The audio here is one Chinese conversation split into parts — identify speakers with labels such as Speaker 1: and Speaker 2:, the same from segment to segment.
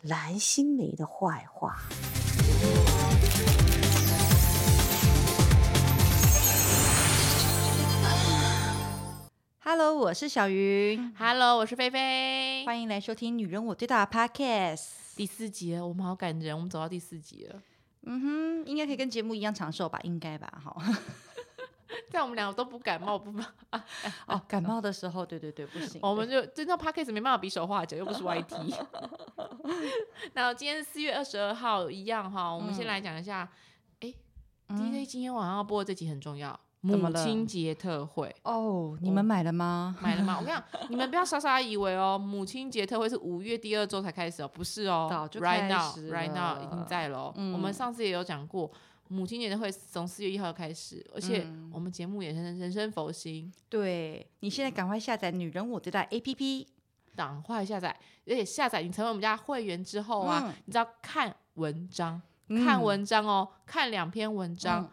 Speaker 1: 蓝心湄的坏话。
Speaker 2: Hello，我是小云，
Speaker 3: Hello，我是菲菲，
Speaker 2: 嗯欢迎来收听《女人我最大》的 Podcast。
Speaker 3: 第四集了，我们好感人，我们走到第四集了。
Speaker 2: 嗯哼，应该可以跟节目一样长寿吧？应该吧？哈。
Speaker 3: 这样我们两个都不感 冒，不吧？
Speaker 2: 哦，感 冒的时候，对对对，不行。
Speaker 3: 我们就真正 podcast 没办法比手画脚，又不 是 YT。那今天是四月二十二号，一样哈。我们
Speaker 2: 嗯
Speaker 3: 先来讲一下、
Speaker 2: 对
Speaker 3: DJ 今天晚上要播的这集很重要，
Speaker 2: 怎么
Speaker 3: 母
Speaker 2: 了
Speaker 3: 亲节特惠。
Speaker 2: 哦，你们买了吗？
Speaker 3: 买了吗？我跟你讲，你们不要傻傻以为哦，母亲节特惠是五月第二周才开始哦，不是哦，
Speaker 2: 早就
Speaker 3: right
Speaker 2: 开
Speaker 3: now
Speaker 2: 始
Speaker 3: right now 已
Speaker 2: 了
Speaker 3: 经在了哦、我
Speaker 2: 嗯
Speaker 3: 们上次也有讲过，母亲节特惠是从四月一号开始，而且
Speaker 2: 嗯
Speaker 3: 我们节目也是人生佛心，
Speaker 2: 对，你现在赶快下载《女人我最大》APP。
Speaker 3: 赶快下载，而且下载你成为我们家会员之后啊，
Speaker 2: 嗯
Speaker 3: 你知道看文章，看
Speaker 2: 嗯
Speaker 3: 文章哦，看两篇文章、
Speaker 2: 嗯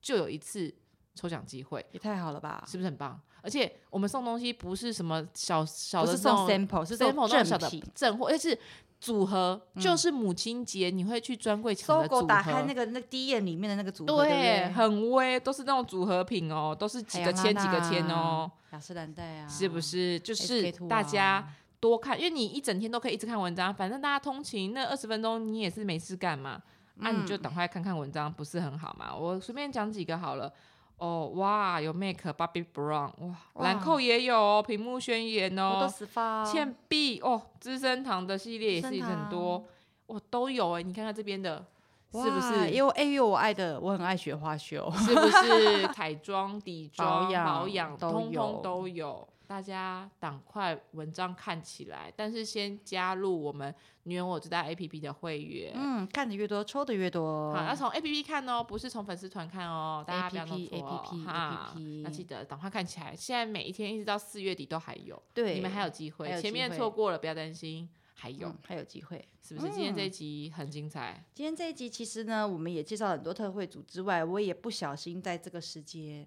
Speaker 3: 就有一次抽奖机会，
Speaker 2: 也太好了吧？
Speaker 3: 是不是很棒？而且我们送东西不是什么小小
Speaker 2: 不
Speaker 3: 的
Speaker 2: 是
Speaker 3: 那
Speaker 2: 送
Speaker 3: 种
Speaker 2: sample，是
Speaker 3: 三
Speaker 2: 送
Speaker 3: 某那种小的
Speaker 2: 正品。嗯
Speaker 3: 正货，而且是组合，就是母亲节你会去专柜抢
Speaker 2: 搜
Speaker 3: 的组
Speaker 2: 狗
Speaker 3: 合。
Speaker 2: 打开那个那个 D M 里面的那个组合，对不
Speaker 3: 对，
Speaker 2: 对，
Speaker 3: 很威，都是那种组合品哦，都是几
Speaker 2: 海
Speaker 3: 个
Speaker 2: 洋
Speaker 3: 千
Speaker 2: 拉
Speaker 3: 几个千
Speaker 2: 娜
Speaker 3: 哦，，
Speaker 2: 雅诗兰黛啊，
Speaker 3: 是不？是？就
Speaker 2: SK-II
Speaker 3: 是
Speaker 2: 啊
Speaker 3: 大家多看，因为你一整天都可以一直看文章，反正大家通勤那二十分钟你也是没事干嘛，那、你就
Speaker 2: 嗯
Speaker 3: 赶快看看文章，不是很好嘛？我随便讲几个好了。哦，哇，有 Make Bobby Brown，哇，兰
Speaker 2: 哇
Speaker 3: 蔻也有哦，屏幕宣言哦，
Speaker 2: 我都十发，
Speaker 3: 倩碧哦，资生堂的系列也
Speaker 2: 资
Speaker 3: 是
Speaker 2: 生
Speaker 3: 很多，哇，都有哎、你看看这边的，是不
Speaker 2: 哇
Speaker 3: 是？
Speaker 2: 因为哎呦，我爱的，我很爱学花绣。
Speaker 3: 是不是彩 妆、底妆、
Speaker 2: 保养都
Speaker 3: 通
Speaker 2: 有
Speaker 3: 通都有。大家赶快文章看起来，但是先加入我们“女人我最大 ”APP 的会员。
Speaker 2: 嗯，看的越多，抽的越多。
Speaker 3: 好，要从 A P P 看哦，不是从粉丝团看哦，大家不要弄
Speaker 2: APP
Speaker 3: 错哦
Speaker 2: APP
Speaker 3: 哈
Speaker 2: APP
Speaker 3: 要记得赶快看起来。现在每一天一直到四月底都还有，
Speaker 2: 对，
Speaker 3: 你们还有机会
Speaker 2: 还，有
Speaker 3: 前
Speaker 2: 机
Speaker 3: 面
Speaker 2: 会
Speaker 3: 错过了不要担心，还有。
Speaker 2: 嗯还有机会。
Speaker 3: 是不是？今天这
Speaker 2: 嗯
Speaker 3: 一集很精彩，
Speaker 2: 今天这一集其实呢，我们也介绍了很多特惠组之外，我也不小心在这个时间，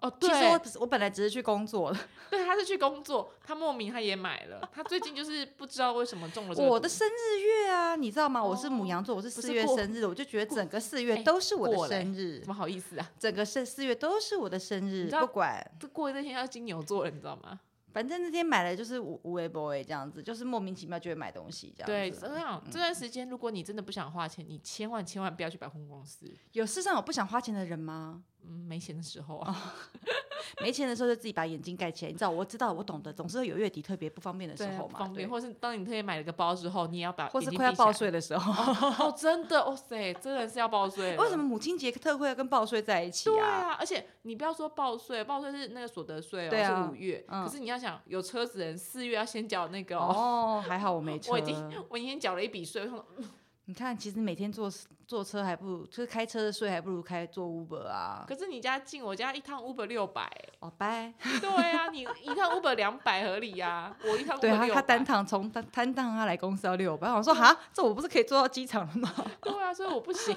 Speaker 3: 哦，
Speaker 2: 其
Speaker 3: 对，
Speaker 2: 实我只是我本来只是去工作了，
Speaker 3: 对，他是去工作，他莫名他也买了，他最近就是不知道为什么中了这个
Speaker 2: 我的
Speaker 3: 毒
Speaker 2: 生日月啊，你知道吗？我是母
Speaker 3: 哦
Speaker 2: 羊座，我是
Speaker 3: 不
Speaker 2: 四
Speaker 3: 是
Speaker 2: 月
Speaker 3: 过
Speaker 2: 生日的，我就觉得整个四月
Speaker 3: 哎
Speaker 2: 都是我的
Speaker 3: 过嘞
Speaker 2: 生日
Speaker 3: 怎，么好意思啊？
Speaker 2: 整个四四月都是我的生日，
Speaker 3: 知
Speaker 2: 不
Speaker 3: 道
Speaker 2: 管。
Speaker 3: 这过那天要金牛座了，你知道吗？
Speaker 2: 反正那天买了就是无无为 boy 这样子，就是莫名其妙就会买东西这
Speaker 3: 对，
Speaker 2: 样子。嗯
Speaker 3: 这样这段时间，如果你真的不想花钱，你千万千万不要去百货公司，
Speaker 2: 有世上有不想花钱的人吗？
Speaker 3: 嗯，没钱的时候
Speaker 2: 哦
Speaker 3: 啊，
Speaker 2: 没钱的时候就自己把眼睛盖起来，你知道，我知道，我懂得，总是会有月底特别不方便的时
Speaker 3: 对啊
Speaker 2: 候
Speaker 3: 不
Speaker 2: 嘛，
Speaker 3: 方便，
Speaker 2: 对
Speaker 3: 或是当你特别买了个包之后，你也要把
Speaker 2: 或
Speaker 3: 眼
Speaker 2: 是
Speaker 3: 睛
Speaker 2: 快要
Speaker 3: 闭起来
Speaker 2: 报， 税的时候。
Speaker 3: 哦，真的，哇塞，真的是要报税了，
Speaker 2: 为什么母亲节特惠要跟报税在一起
Speaker 3: 对
Speaker 2: 啊？
Speaker 3: 啊，而且你不要说报税，报税是那个所得税哦，
Speaker 2: 对啊
Speaker 3: 是五月。
Speaker 2: 嗯
Speaker 3: 可是你要想，有车子的人四月要先缴那个哦。
Speaker 2: 哦，还好我没车。 嗯
Speaker 3: 我已经我已经缴了一笔税，我想说
Speaker 2: 你看，其实每天坐坐车还不如，就是开车的税还不如开坐 Uber 啊。
Speaker 3: 可是你家近我家一趟 Uber 六百，
Speaker 2: 哦，拜。
Speaker 3: 对啊， 你一趟 Uber 两百合理呀、我一趟 Uber
Speaker 2: 对啊他，
Speaker 3: 600
Speaker 2: 他单趟从单单趟他来公司要六百，我说
Speaker 3: 啊
Speaker 2: 哈，这我不是可以坐到机场了吗？
Speaker 3: 对啊，所以我不行，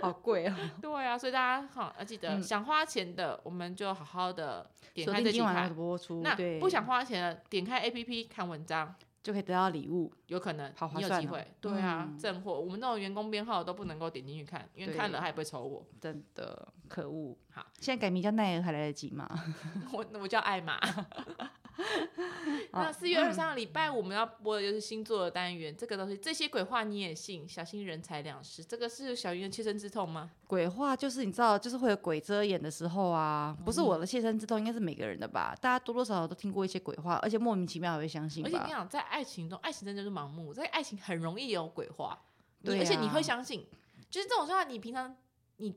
Speaker 2: 好贵哦。
Speaker 3: 对啊，所以大家好，要记得、
Speaker 2: 嗯
Speaker 3: 想花钱的，我们就好好的点
Speaker 2: 锁
Speaker 3: 开
Speaker 2: 定
Speaker 3: 这几
Speaker 2: 今晚
Speaker 3: 款
Speaker 2: 的。播出，
Speaker 3: 那
Speaker 2: 对，
Speaker 3: 不想花钱的，点开 APP 看文章，
Speaker 2: 就可以得到礼物。
Speaker 3: 有可能
Speaker 2: 好划
Speaker 3: 你有
Speaker 2: 算
Speaker 3: 机
Speaker 2: 哦
Speaker 3: 会。对啊
Speaker 2: 嗯，
Speaker 3: 正货，我们那种员工编号都不能够点进去看，因为
Speaker 2: 对
Speaker 3: 看了他也不会抽我。
Speaker 2: 真的可恶。
Speaker 3: 好，
Speaker 2: 现在改名叫奈尔还来得及吗？
Speaker 3: 我我叫艾 玛。
Speaker 2: 哦嗯
Speaker 3: 那四月二十三号礼拜五我们要播的就是星座的单元，这个东西这些鬼话你也信，小心人财两失。这个是小云的切身之痛吗？
Speaker 2: 鬼话就是你知道，就是会有鬼遮眼的时候啊，不是
Speaker 3: 哦
Speaker 2: 我的切身之痛，应该是每个人的吧？大家多多少少都听过一些鬼话，而且莫名其妙还会相信
Speaker 3: 而且你
Speaker 2: 吧？
Speaker 3: 想在爱情中，爱情真的就是盲目，在爱情很容易有鬼话，你
Speaker 2: 对啊
Speaker 3: 而且你会相信，就是这种说话，你平常你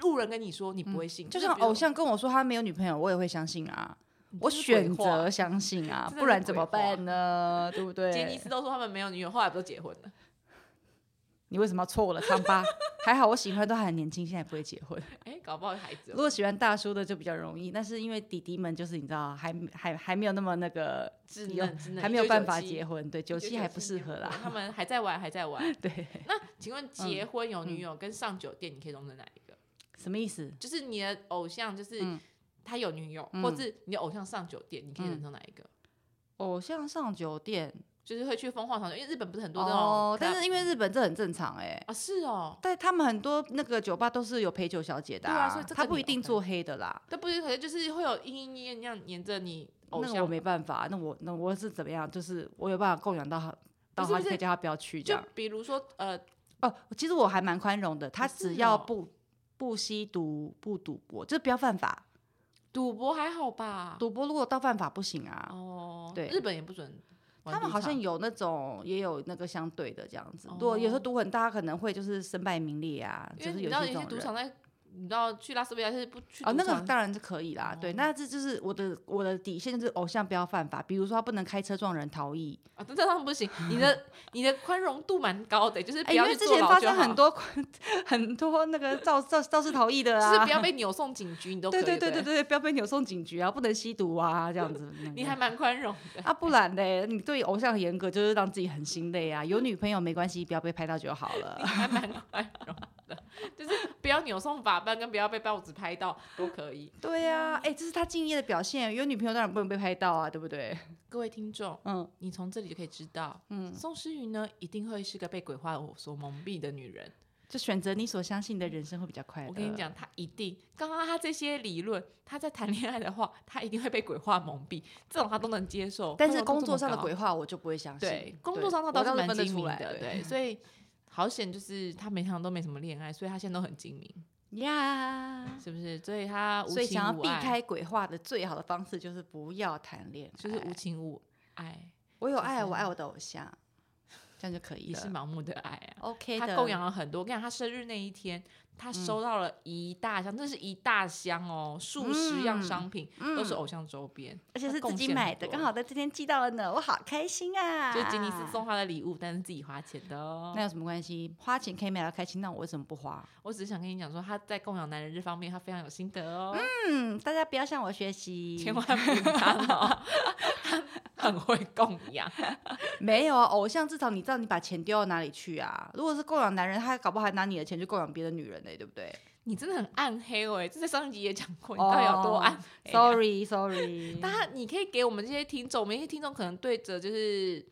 Speaker 3: 路人跟你说你不会信，
Speaker 2: 嗯就是像
Speaker 3: 比如
Speaker 2: 偶像跟我说他没有女朋友，我也会相信啊，
Speaker 3: 哦你
Speaker 2: 我
Speaker 3: 就是鬼
Speaker 2: 选
Speaker 3: 话
Speaker 2: 择相信啊
Speaker 3: 真，的
Speaker 2: 不然
Speaker 3: 是
Speaker 2: 怎么
Speaker 3: 鬼话
Speaker 2: 办呢？对不
Speaker 3: 杰尼
Speaker 2: 对？
Speaker 3: 斯都说他们没有女友，后来不都结婚了？
Speaker 2: 你为什么要戳我的伤疤？还好我喜欢都还很年轻，现在不会结婚。
Speaker 3: 哎，搞不好有孩子
Speaker 2: 如
Speaker 3: 哦。
Speaker 2: 果喜欢大叔的就比较容易，但是因为弟弟们就是你知道，还还还没有那么那个
Speaker 3: 稚
Speaker 2: 有
Speaker 3: 嫩稚嫩
Speaker 2: 还没有办法
Speaker 3: 1997
Speaker 2: 结婚，对，九七还不适合啦。嗯
Speaker 3: 他们还在玩，还在 玩。
Speaker 2: 对，
Speaker 3: 那请问结婚有女友跟上酒店，你可以容忍哪一个？
Speaker 2: 什么意思？
Speaker 3: 就是你的偶像，就是
Speaker 2: 嗯
Speaker 3: 他有女友，
Speaker 2: 嗯
Speaker 3: 或是你的偶像上酒店，你可以忍受哪一个？
Speaker 2: 偶像上酒店
Speaker 3: 就是会去风化场所，因为日本不是很多这种 club，
Speaker 2: 哦，但是因为日本这很正常哎、
Speaker 3: 啊是哦，
Speaker 2: 但他们很多那个酒吧都是有陪酒小姐的、
Speaker 3: 对啊所以这个
Speaker 2: 他不
Speaker 3: 你
Speaker 2: 一定
Speaker 3: OK
Speaker 2: 做黑的啦。
Speaker 3: 但不是可能就是会有阴阴阴那样黏着你偶
Speaker 2: 那
Speaker 3: 像
Speaker 2: 个我没办法，那我那我是怎么样？就是我有办法供养到他，到
Speaker 3: 不是
Speaker 2: 他
Speaker 3: 不是
Speaker 2: 可以叫他不要去这
Speaker 3: 就
Speaker 2: 样。
Speaker 3: 比如说呃，
Speaker 2: 哦，其实我还蛮宽容的，他
Speaker 3: 哦是
Speaker 2: 只要
Speaker 3: 哦
Speaker 2: 不、不吸毒、不赌博，就是不要犯法。
Speaker 3: 赌博还好吧？
Speaker 2: 赌博如果到犯法不行啊。
Speaker 3: 哦，
Speaker 2: 对
Speaker 3: 日本也不准玩赌场，
Speaker 2: 他们好像有那种，也有那个相对的这样子。如果有时候
Speaker 3: 哦
Speaker 2: 赌很大，他可能会就是身败名裂啊，
Speaker 3: 因
Speaker 2: 就
Speaker 3: 为
Speaker 2: 是
Speaker 3: 你
Speaker 2: 有
Speaker 3: 知
Speaker 2: 一
Speaker 3: 道
Speaker 2: 些这
Speaker 3: 有
Speaker 2: 种
Speaker 3: 些赌
Speaker 2: 人
Speaker 3: 场在，你知道去拉斯维加斯不去
Speaker 2: 哦，
Speaker 3: 赌
Speaker 2: 那个
Speaker 3: 场
Speaker 2: 当然是可以啦，对，
Speaker 3: 哦
Speaker 2: 那这就是我的我的底线，就是偶像不要犯法，比如说他不能开车撞人逃逸，
Speaker 3: 啊，但这样不行，你的你的宽容度蛮高的，就是
Speaker 2: 哎、
Speaker 3: 不
Speaker 2: 因
Speaker 3: 要
Speaker 2: 为
Speaker 3: 去
Speaker 2: 之
Speaker 3: 坐
Speaker 2: 前
Speaker 3: 牢
Speaker 2: 发
Speaker 3: 就
Speaker 2: 生很
Speaker 3: 好，
Speaker 2: 多 很多那个肇肇肇事逃逸的
Speaker 3: 就是
Speaker 2: 啊，
Speaker 3: 不要被扭送警局，你都可
Speaker 2: 对
Speaker 3: 以
Speaker 2: 对对
Speaker 3: 不
Speaker 2: 对对，不要被扭送警局啊，不能吸毒啊，这样 子那个，
Speaker 3: 你还蛮宽容的。
Speaker 2: 啊，不然嘞，你对偶像很严格，就是让自己很心累啊，有女朋友没关系，不要被拍到就好了
Speaker 3: 你。 还蛮宽容的，就是不要扭送法办，跟不要被报纸拍到都可以。
Speaker 2: 对呀、哎、这是他敬业的表现。有女朋友当然不能被拍到啊，对不对？
Speaker 3: 各位听众，
Speaker 2: 嗯，
Speaker 3: 你从这里就可以知道，嗯，宋诗瑜呢一定会是个被鬼话所蒙蔽的女人。
Speaker 2: 就选择你所相信的人生会比较快乐。
Speaker 3: 我跟你，讲，她一定，刚刚她这些理论，她在谈恋爱的话，她一定会被鬼话蒙蔽，这种她都能接受。
Speaker 2: 但
Speaker 3: 宽
Speaker 2: 是
Speaker 3: 容度
Speaker 2: 工作
Speaker 3: 这
Speaker 2: 上
Speaker 3: 么
Speaker 2: 的
Speaker 3: 高
Speaker 2: 鬼话我就不会相信。
Speaker 3: 对，工作上他
Speaker 2: 我
Speaker 3: 倒
Speaker 2: 倒
Speaker 3: 是
Speaker 2: 是
Speaker 3: 蛮
Speaker 2: 分得
Speaker 3: 精
Speaker 2: 出
Speaker 3: 明
Speaker 2: 来
Speaker 3: 的，
Speaker 2: 对
Speaker 3: 对，所以好险就是他每场都没什么恋爱，所以他现在都很精明，
Speaker 2: 呀。
Speaker 3: 是不是？所以他无
Speaker 2: 所以
Speaker 3: 情
Speaker 2: 想要
Speaker 3: 无
Speaker 2: 避
Speaker 3: 爱，
Speaker 2: 开鬼话的最好的方式就是不要谈恋爱，
Speaker 3: 就是无情无爱，
Speaker 2: 我有
Speaker 3: 就是
Speaker 2: 爱，我爱我的偶像，这样就可以
Speaker 3: 也
Speaker 2: 了。
Speaker 3: 是盲目的爱啊。
Speaker 2: OK
Speaker 3: 他
Speaker 2: 的，
Speaker 3: 供养了很多，我跟你讲，他生日那一天，他收到了一大箱，那是一大箱哦，数十样
Speaker 2: 嗯
Speaker 3: 商品、
Speaker 2: 嗯
Speaker 3: 都是偶像周边，
Speaker 2: 而且是
Speaker 3: 他
Speaker 2: 自
Speaker 3: 贡
Speaker 2: 己
Speaker 3: 献
Speaker 2: 买
Speaker 3: 很
Speaker 2: 的，
Speaker 3: 多
Speaker 2: 刚好在这天寄到了呢，我好开心啊！
Speaker 3: 就吉尼斯送他的礼物，但是自己花钱的哦
Speaker 2: 那。有什么关系？花钱可以买到开心，那我为什么不花？
Speaker 3: 我只是想跟你讲说，他在供养男人这方面，他非常有心得哦。
Speaker 2: 嗯，大家不要向我学习，
Speaker 3: 千万不要 闹，他很会供养。
Speaker 2: 没有啊！偶像至少你知道你把钱丢到哪里去啊。如果是供养男人，他搞不好还拿你的钱去供养别的女人呢、对不对
Speaker 3: 你真的很暗黑哦，这在上一集也讲过，你到底有多暗
Speaker 2: 哎
Speaker 3: 黑、啊
Speaker 2: 哦 Sorry, sorry
Speaker 3: 大家你可以给我们这些听众，我们一些听众可能对着就是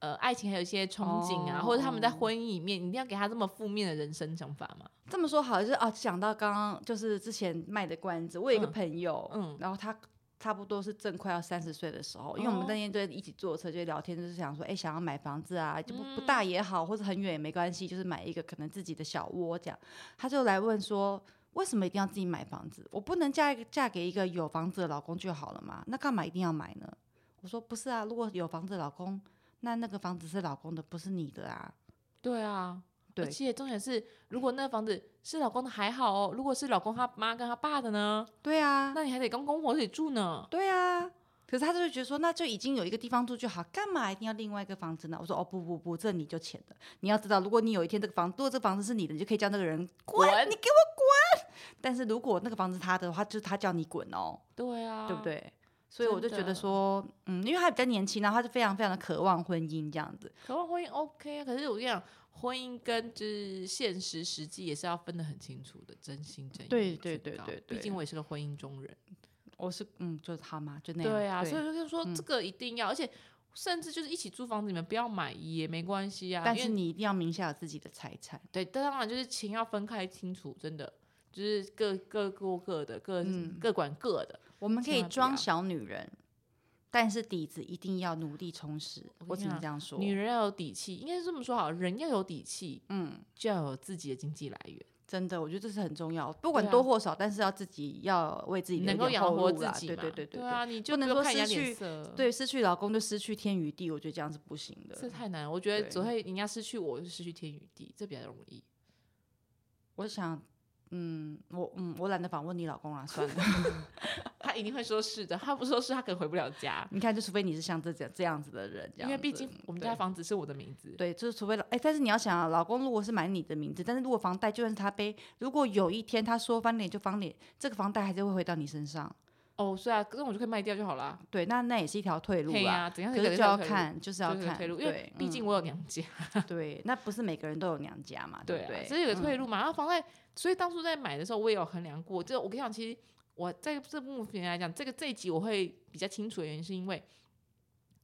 Speaker 3: 呃爱情还有一些憧憬啊
Speaker 2: 哦
Speaker 3: 或者他们在婚姻里面，你一定要给他这么负面的人生想法吗？
Speaker 2: 这么说好，就是啊，讲到刚刚就是之前卖的关子，我有一个
Speaker 3: 嗯
Speaker 2: 朋友，
Speaker 3: 嗯
Speaker 2: 然后他差不多是正快要三十岁的时候，因为我
Speaker 3: 哦
Speaker 2: 们那天就在一起坐车就聊天，就是想说，哎、想要买房子啊，就不不
Speaker 3: 嗯
Speaker 2: 大也好，或者很远也没关系，就是买一个可能自己的小窝这样。他就来问说。为什么一定要自己买房子？我不能嫁一个嫁给一个有房子的老公就好了嘛？那干嘛一定要买呢？我说不是啊，如果有房子的老公，那那个房子是老公的，不是你的啊。
Speaker 3: 对啊，
Speaker 2: 对
Speaker 3: 而且重点是，如果那房子是老公的还好哦，如果是老公他妈跟他爸的呢，
Speaker 2: 对啊，
Speaker 3: 那你还得跟公婆一起住呢。
Speaker 2: 对啊，可是他就会觉得说，那就已经有一个地方住就好，干嘛一定要另外一个房子呢？我说哦不不不，这你就钱了。你要知道，如果你有一天这个房，如果这个房子是你的，你就可以叫那个人滚，
Speaker 3: 滚
Speaker 2: 你给我滚。但是如果那个房子是他的话，就是他叫你滚哦，
Speaker 3: 对啊，
Speaker 2: 对不？对？所以我就觉
Speaker 3: 真的
Speaker 2: 得说，嗯，因为他比较年轻，然后他就非常非常的渴望婚姻这样子。
Speaker 3: 渴望婚姻 OK 啊，可是我跟你讲，婚姻跟就是现实实际也是要分得很清楚的，真心真意。
Speaker 2: 对
Speaker 3: 我
Speaker 2: 对
Speaker 3: 知
Speaker 2: 对
Speaker 3: 道
Speaker 2: 对
Speaker 3: 毕竟
Speaker 2: 对
Speaker 3: 我也是个婚姻中人。
Speaker 2: 我是嗯，就是他嘛，就那样。
Speaker 3: 对啊，所以就是说
Speaker 2: 嗯
Speaker 3: 这个一定要，而且甚至就是一起租房子，你们不要买也没关系啊。
Speaker 2: 但
Speaker 3: 因
Speaker 2: 是
Speaker 3: 为
Speaker 2: 你一定要名下有自己的财产。
Speaker 3: 对，当然就是情要分开清楚，真的就是各各过各的，各、
Speaker 2: 嗯
Speaker 3: 各管各的。
Speaker 2: 我们可
Speaker 3: 千
Speaker 2: 以
Speaker 3: 万不要
Speaker 2: 装小女人，但是底子一定要努力充实。
Speaker 3: 我跟
Speaker 2: 我
Speaker 3: 你
Speaker 2: 只能
Speaker 3: 讲
Speaker 2: 这样说。
Speaker 3: 女人要有底气，应该是这么说好，人要有底气，
Speaker 2: 嗯，
Speaker 3: 就要有自己的经济来源。
Speaker 2: 真的，我觉得这是很重要，不
Speaker 3: 对
Speaker 2: 管
Speaker 3: 啊
Speaker 2: 多或少，但是要自己要为自己留
Speaker 3: 能
Speaker 2: 一
Speaker 3: 够
Speaker 2: 点
Speaker 3: 养
Speaker 2: 后
Speaker 3: 活
Speaker 2: 路
Speaker 3: 自
Speaker 2: 啦
Speaker 3: 己
Speaker 2: 对
Speaker 3: 嘛，
Speaker 2: 对对对
Speaker 3: 对啊，你就
Speaker 2: 不能
Speaker 3: 用
Speaker 2: 说
Speaker 3: 看人家
Speaker 2: 失
Speaker 3: 脸
Speaker 2: 去
Speaker 3: 色，
Speaker 2: 对，失去老公就失去天与地，我觉得这样是不行
Speaker 3: 这
Speaker 2: 的。
Speaker 3: 太难了，我觉得只
Speaker 2: 对
Speaker 3: 会人家失去我，就失去天与地，这比较容易。
Speaker 2: 我想，嗯，我嗯，我懒得访问你老公啦，算了。
Speaker 3: 他一定会说是的，他不说是，他可能回不了家，
Speaker 2: 你看，就除非你是像这这这样子的人，这
Speaker 3: 嗯
Speaker 2: 样
Speaker 3: 因为毕
Speaker 2: 子
Speaker 3: 竟我们
Speaker 2: 对
Speaker 3: 家房子是我的名字。
Speaker 2: 对，就是除非老哎，但是你要想啊，老公如果是买你的名字，但是如果房贷就算是他背，如果有一天他说翻脸就翻脸，这个房贷还是会回到你身上。
Speaker 3: 哦，是啊，可是我就可以卖掉就好啦。
Speaker 2: 对，那那也是一条退路
Speaker 3: 嘿
Speaker 2: 啦。
Speaker 3: 呀，怎样
Speaker 2: 可
Speaker 3: 是一
Speaker 2: 是
Speaker 3: 个
Speaker 2: 就要
Speaker 3: 退路，
Speaker 2: 看，就是要
Speaker 3: 就是一个
Speaker 2: 看，
Speaker 3: 退路，因为
Speaker 2: 对，
Speaker 3: 毕竟
Speaker 2: 嗯
Speaker 3: 我有娘家，
Speaker 2: 对，那不是每个人都有娘家嘛，
Speaker 3: 对
Speaker 2: 不
Speaker 3: 啊
Speaker 2: 对？，
Speaker 3: 这是有个退
Speaker 2: 嗯
Speaker 3: 路嘛。然后房贷，所以当初在买的时候，我也有衡量过。这我跟你讲，其实我在这目前来讲，这个这一集我会比较清楚的原因，是因为